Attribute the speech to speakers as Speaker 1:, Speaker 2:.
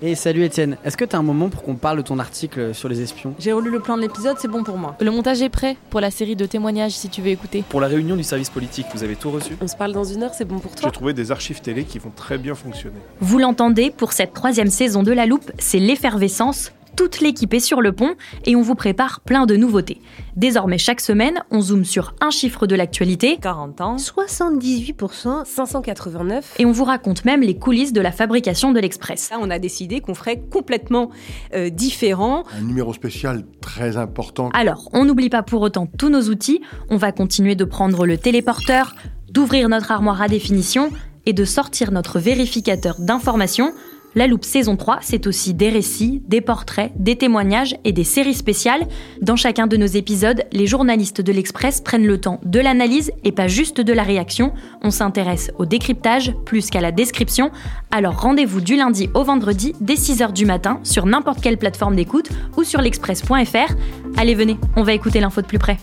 Speaker 1: Et salut Étienne, est-ce que t'as un moment pour qu'on parle de ton article sur les espions
Speaker 2: J'ai relu le plan de l'épisode, c'est bon pour moi.
Speaker 3: Le montage est prêt pour la série de témoignages si tu veux écouter.
Speaker 4: Pour la réunion du service politique, vous avez tout reçu
Speaker 2: On se parle dans une heure, c'est bon pour
Speaker 5: J'ai
Speaker 2: toi
Speaker 5: trouvé des archives télé qui vont très bien fonctionner.
Speaker 6: Vous l'entendez, pour cette troisième saison de La Loupe, c'est l'effervescence. Toute l'équipe est sur le pont et on vous prépare plein de nouveautés. Désormais, chaque semaine, on zoome sur un chiffre de l'actualité
Speaker 2: 40 ans,
Speaker 7: 78%,
Speaker 2: 589.
Speaker 6: et on vous raconte même les coulisses de la fabrication de l'Express.
Speaker 2: Là, on a décidé qu'on ferait complètement euh, différent.
Speaker 8: Un numéro spécial très important.
Speaker 6: Alors, on n'oublie pas pour autant tous nos outils, on va continuer de prendre le téléporteur, d'ouvrir notre armoire à définition et de sortir notre vérificateur d'informations. La Loupe saison 3, c'est aussi des récits, des portraits, des témoignages et des séries spéciales. Dans chacun de nos épisodes, les journalistes de l'Express prennent le temps de l'analyse et pas juste de la réaction. On s'intéresse au décryptage plus qu'à la description. Alors rendez-vous du lundi au vendredi dès 6h du matin sur n'importe quelle plateforme d'écoute ou sur l'express.fr. Allez, venez, on va écouter l'info de plus près.